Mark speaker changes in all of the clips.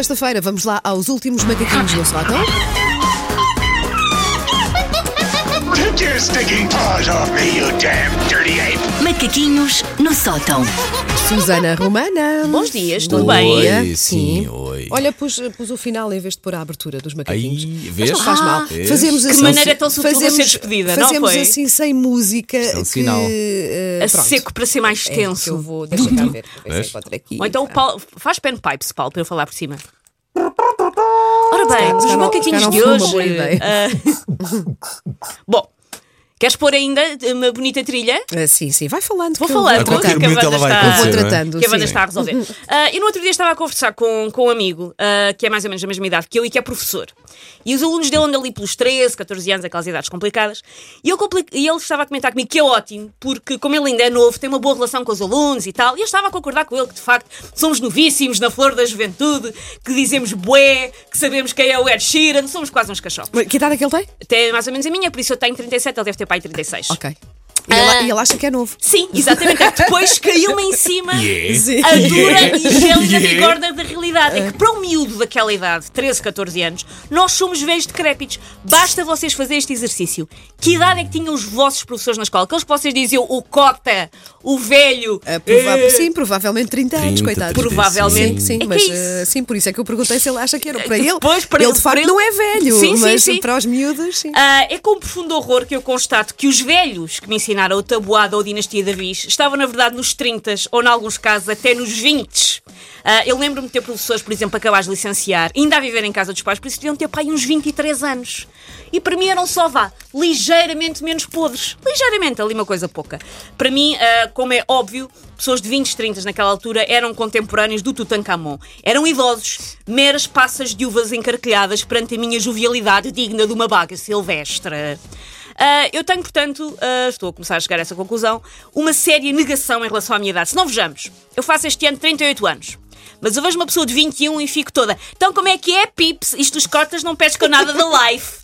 Speaker 1: Sexta-feira, vamos lá aos últimos macaquinhos então. no sótão.
Speaker 2: Take your stinking paws off me, you damn dirty ape!
Speaker 3: Macaquinhos no sótão.
Speaker 1: Susana Romana.
Speaker 4: Bons dias, tudo
Speaker 1: Bom
Speaker 4: bem?
Speaker 5: Oi,
Speaker 1: dia.
Speaker 5: sim,
Speaker 1: Sim.
Speaker 5: oi.
Speaker 1: Olha, pus, pus o final em vez de pôr a abertura dos macaquinhos.
Speaker 5: Aí,
Speaker 1: Mas
Speaker 5: vês?
Speaker 1: não faz mal.
Speaker 5: Vês?
Speaker 1: Fazemos assim.
Speaker 4: maneira tão sutil de
Speaker 1: fazemos,
Speaker 4: ser despedida, não
Speaker 1: fazemos
Speaker 4: foi?
Speaker 1: assim sem música.
Speaker 5: é um
Speaker 1: que,
Speaker 5: sinal.
Speaker 1: eh,
Speaker 4: A
Speaker 1: pronto.
Speaker 4: seco para ser mais
Speaker 1: É, que eu é.
Speaker 4: tenso.
Speaker 1: vou. Deixa cá ver. Vou ver
Speaker 5: Vês?
Speaker 1: se encontro aqui.
Speaker 4: Ou então o Paulo, faz panpipes, Paulo, para eu falar por cima. Ora bem,
Speaker 1: calhar
Speaker 4: os
Speaker 1: não-
Speaker 4: macaquinhos
Speaker 1: se calhar
Speaker 4: de
Speaker 1: não foi uma
Speaker 4: hoje.
Speaker 1: boa ideia.
Speaker 4: ah, bom, queres pôr ainda uma bonita trilha?
Speaker 1: Ah, sim, sim. Vai falando.
Speaker 4: Vou
Speaker 1: que eu
Speaker 4: falando.
Speaker 5: A qualquer
Speaker 4: que
Speaker 1: tratando.
Speaker 5: momento ela vai
Speaker 4: está-
Speaker 1: Eu vou
Speaker 5: acontecer. não é?
Speaker 1: tratando.
Speaker 4: Que a banda
Speaker 1: sim.
Speaker 4: está a resolver. Ah, e no outro dia estava a conversar com, com um amigo, ah, que é mais ou menos da mesma idade que eu e que é professor. E os alunos dele andam ali pelos 13, 14 anos, aquelas idades complicadas. E, eu compli- e ele estava a comentar comigo que é ótimo, porque como ele ainda é novo, tem uma boa relação com os alunos e tal. E eu estava a concordar com ele que, de facto, somos novíssimos na flor da juventude, que dizemos bué, que sabemos quem é o Ed Sheeran, somos quase uns cachorros.
Speaker 1: Mas Que idade é que ele tem?
Speaker 4: Até mais ou menos a minha, por isso eu tenho 37, ele deve ter pai 36.
Speaker 1: Ok. E
Speaker 4: Ah.
Speaker 1: ele, e ele acha que é novo.
Speaker 4: Sim, exatamente. É que depois caiu-me em cima
Speaker 5: É.
Speaker 1: Sim.
Speaker 4: a dura e gélida
Speaker 5: Yeah.
Speaker 4: bigorna da realidade. É que para um miúdo daquela idade, 13, 14 anos, nós somos velhos decrépitos. Basta vocês fazerem este exercício. Que idade é que tinham os vossos professores na escola? Aqueles que vocês diziam o cota, o velho.
Speaker 1: Ah, prova-
Speaker 4: eh,
Speaker 1: Sim, provavelmente 30 anos,
Speaker 5: 30,
Speaker 1: coitado.
Speaker 5: 35.
Speaker 4: Provavelmente.
Speaker 1: Sim, sim,
Speaker 4: É que
Speaker 1: mas
Speaker 4: é isso.
Speaker 1: eh, sim, por isso é que eu perguntei se ele acha que era para ele.
Speaker 4: Pois, para
Speaker 1: ele
Speaker 4: ele-
Speaker 1: de facto
Speaker 4: para ele-
Speaker 1: não é velho,
Speaker 4: Sim, sim,
Speaker 1: mas
Speaker 4: sim.
Speaker 1: para os miúdos, sim.
Speaker 4: Ah, é com profundo horror que eu constato que os velhos que me ensinaram o tabuado ou a dinastia da Viz estavam, na verdade, nos 30 ou, em alguns casos, até nos 20. Ah, eu lembro-me de ter professores, por exemplo, acabados de licenciar, ainda a viver em casa dos pais, por isso deviam ter pai uns 23 anos. E para mim eram só, vá, ligeiramente menos podres. Ligeiramente, ali uma coisa pouca. Para mim, ah, como é óbvio, pessoas de 20, 30 naquela altura eram contemporâneos do Tutankhamon. Eram idosos, meras passas de uvas encarquilhadas perante a minha jovialidade digna de uma baga silvestre. Ah, eu tenho, portanto, ah, estou a começar a chegar a essa conclusão, uma séria negação em relação à minha idade. Se não vejamos, eu faço este ano 38 anos. Mas eu vejo uma pessoa de 21 e fico toda. Então, como é que é, Pips? Isto os cotas não pescam nada da life.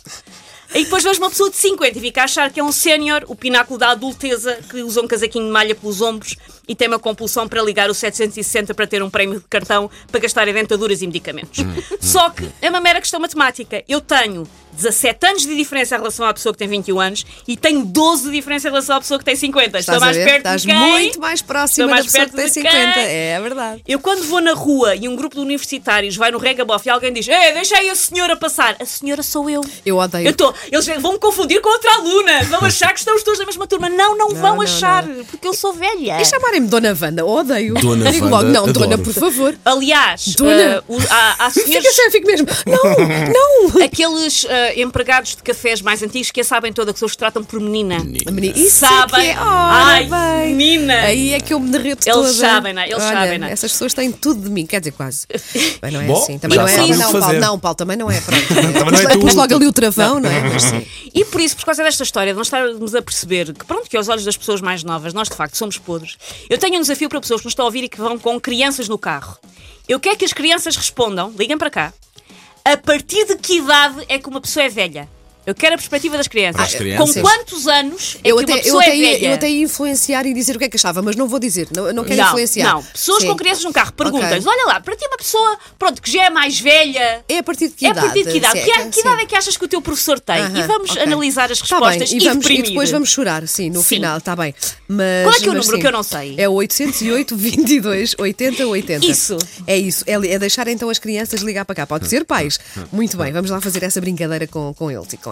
Speaker 4: E depois vejo uma pessoa de 50 e fica a achar que é um sénior, o pináculo da adulteza, que usa um casaquinho de malha pelos ombros e tem uma compulsão para ligar o 760 para ter um prémio de cartão para gastar em dentaduras e medicamentos.
Speaker 1: Hum,
Speaker 4: Só que é uma mera questão matemática. Eu tenho 17 anos de diferença em relação à pessoa que tem 21 anos e tenho 12 de diferença em relação à pessoa que tem 50.
Speaker 1: Estás
Speaker 4: Estou mais
Speaker 1: a ver?
Speaker 4: perto
Speaker 1: Estás
Speaker 4: de quem?
Speaker 1: muito mais próxima
Speaker 4: Estou mais
Speaker 1: da pessoa que
Speaker 4: perto
Speaker 1: tem
Speaker 4: de
Speaker 1: 50.
Speaker 4: quem?
Speaker 1: É, verdade.
Speaker 4: Eu quando vou na rua e um grupo de universitários vai no regabof e alguém diz Ei, deixa aí a senhora passar. A senhora sou eu.
Speaker 1: Eu odeio.
Speaker 4: Eu tô, eles vão me confundir com outra aluna. Vão achar que estamos todos da mesma turma. Não, não, vão
Speaker 1: não,
Speaker 4: achar, porque eu sou velha.
Speaker 1: E É chamarem-me Dona Wanda, odeio.
Speaker 5: Dona
Speaker 1: Digo
Speaker 5: Wanda,
Speaker 1: logo, não,
Speaker 5: adoro.
Speaker 1: Dona, por favor.
Speaker 4: Aliás,
Speaker 1: Dona.
Speaker 4: ah, o- há, há senhores.
Speaker 1: Fica assim, fico mesmo. Não, não.
Speaker 4: Aqueles ah, empregados de cafés mais antigos que a sabem toda que se os tratam por menina.
Speaker 1: A menina- Isso
Speaker 4: Sabem.
Speaker 1: é que é.
Speaker 4: Ai,
Speaker 1: Ora bem.
Speaker 4: menina.
Speaker 1: Aí é que eu me derreto
Speaker 4: Eles
Speaker 1: toda.
Speaker 4: sabem, não é? Eles
Speaker 1: Olha,
Speaker 4: sabem, não é?
Speaker 1: Essas pessoas têm tudo de mim, quer dizer, quase. Bem, não é
Speaker 5: Bom,
Speaker 1: assim. Também
Speaker 5: já
Speaker 1: não é.
Speaker 5: sabem o
Speaker 1: não,
Speaker 5: que
Speaker 1: Paulo,
Speaker 5: fazer.
Speaker 1: não, Paulo, também não é. Pronto.
Speaker 5: Também não é
Speaker 1: Pus- Pus
Speaker 5: tu.
Speaker 1: logo ali o travão, não, é? Mas sim.
Speaker 4: E por isso, por causa desta história, de nós estarmos a perceber que, pronto, que aos olhos das pessoas mais novas, nós de facto somos podres, eu tenho um desafio para pessoas que nos estão a ouvir e que vão com crianças no carro. Eu quero que as crianças respondam, liguem para cá, a partir de que idade é que uma pessoa é velha? Eu quero a perspectiva das
Speaker 5: Para
Speaker 4: crianças.
Speaker 5: as crianças.
Speaker 4: Com quantos anos é
Speaker 1: eu
Speaker 4: que uma
Speaker 1: até, eu,
Speaker 4: pessoa
Speaker 1: até
Speaker 4: é
Speaker 1: ia,
Speaker 4: velha?
Speaker 1: eu até ia influenciar e dizer o que é que achava, mas não vou dizer, não, não quero
Speaker 4: não,
Speaker 1: influenciar.
Speaker 4: não, pessoas
Speaker 1: Sim.
Speaker 4: com crianças no carro,
Speaker 1: Ok.
Speaker 4: perguntas: olha lá, para ti uma pessoa pronto, que já é mais velha,
Speaker 1: É a partir de que
Speaker 4: é a
Speaker 1: idade?
Speaker 4: partir de que idade?
Speaker 1: se
Speaker 4: Que,
Speaker 1: é
Speaker 4: que idade é
Speaker 1: sim.
Speaker 4: que achas que o teu professor tem? e
Speaker 1: Aham,
Speaker 4: vamos
Speaker 1: ok.
Speaker 4: analisar as
Speaker 1: Tá bem,
Speaker 4: respostas
Speaker 1: e, vamos, e
Speaker 4: deprimir.
Speaker 1: depois vamos chorar, sim, no
Speaker 4: Sim.
Speaker 1: final, está bem. Mas,
Speaker 4: Qual é que é o
Speaker 1: mas
Speaker 4: número
Speaker 1: sim.
Speaker 4: que eu não sei?
Speaker 1: É o 808 22 80 80.
Speaker 4: Isso.
Speaker 1: É isso, é, li- é deixar então as crianças ligar para cá. Pode ser pais. Muito bem, vamos lá fazer essa brincadeira com, com eles e com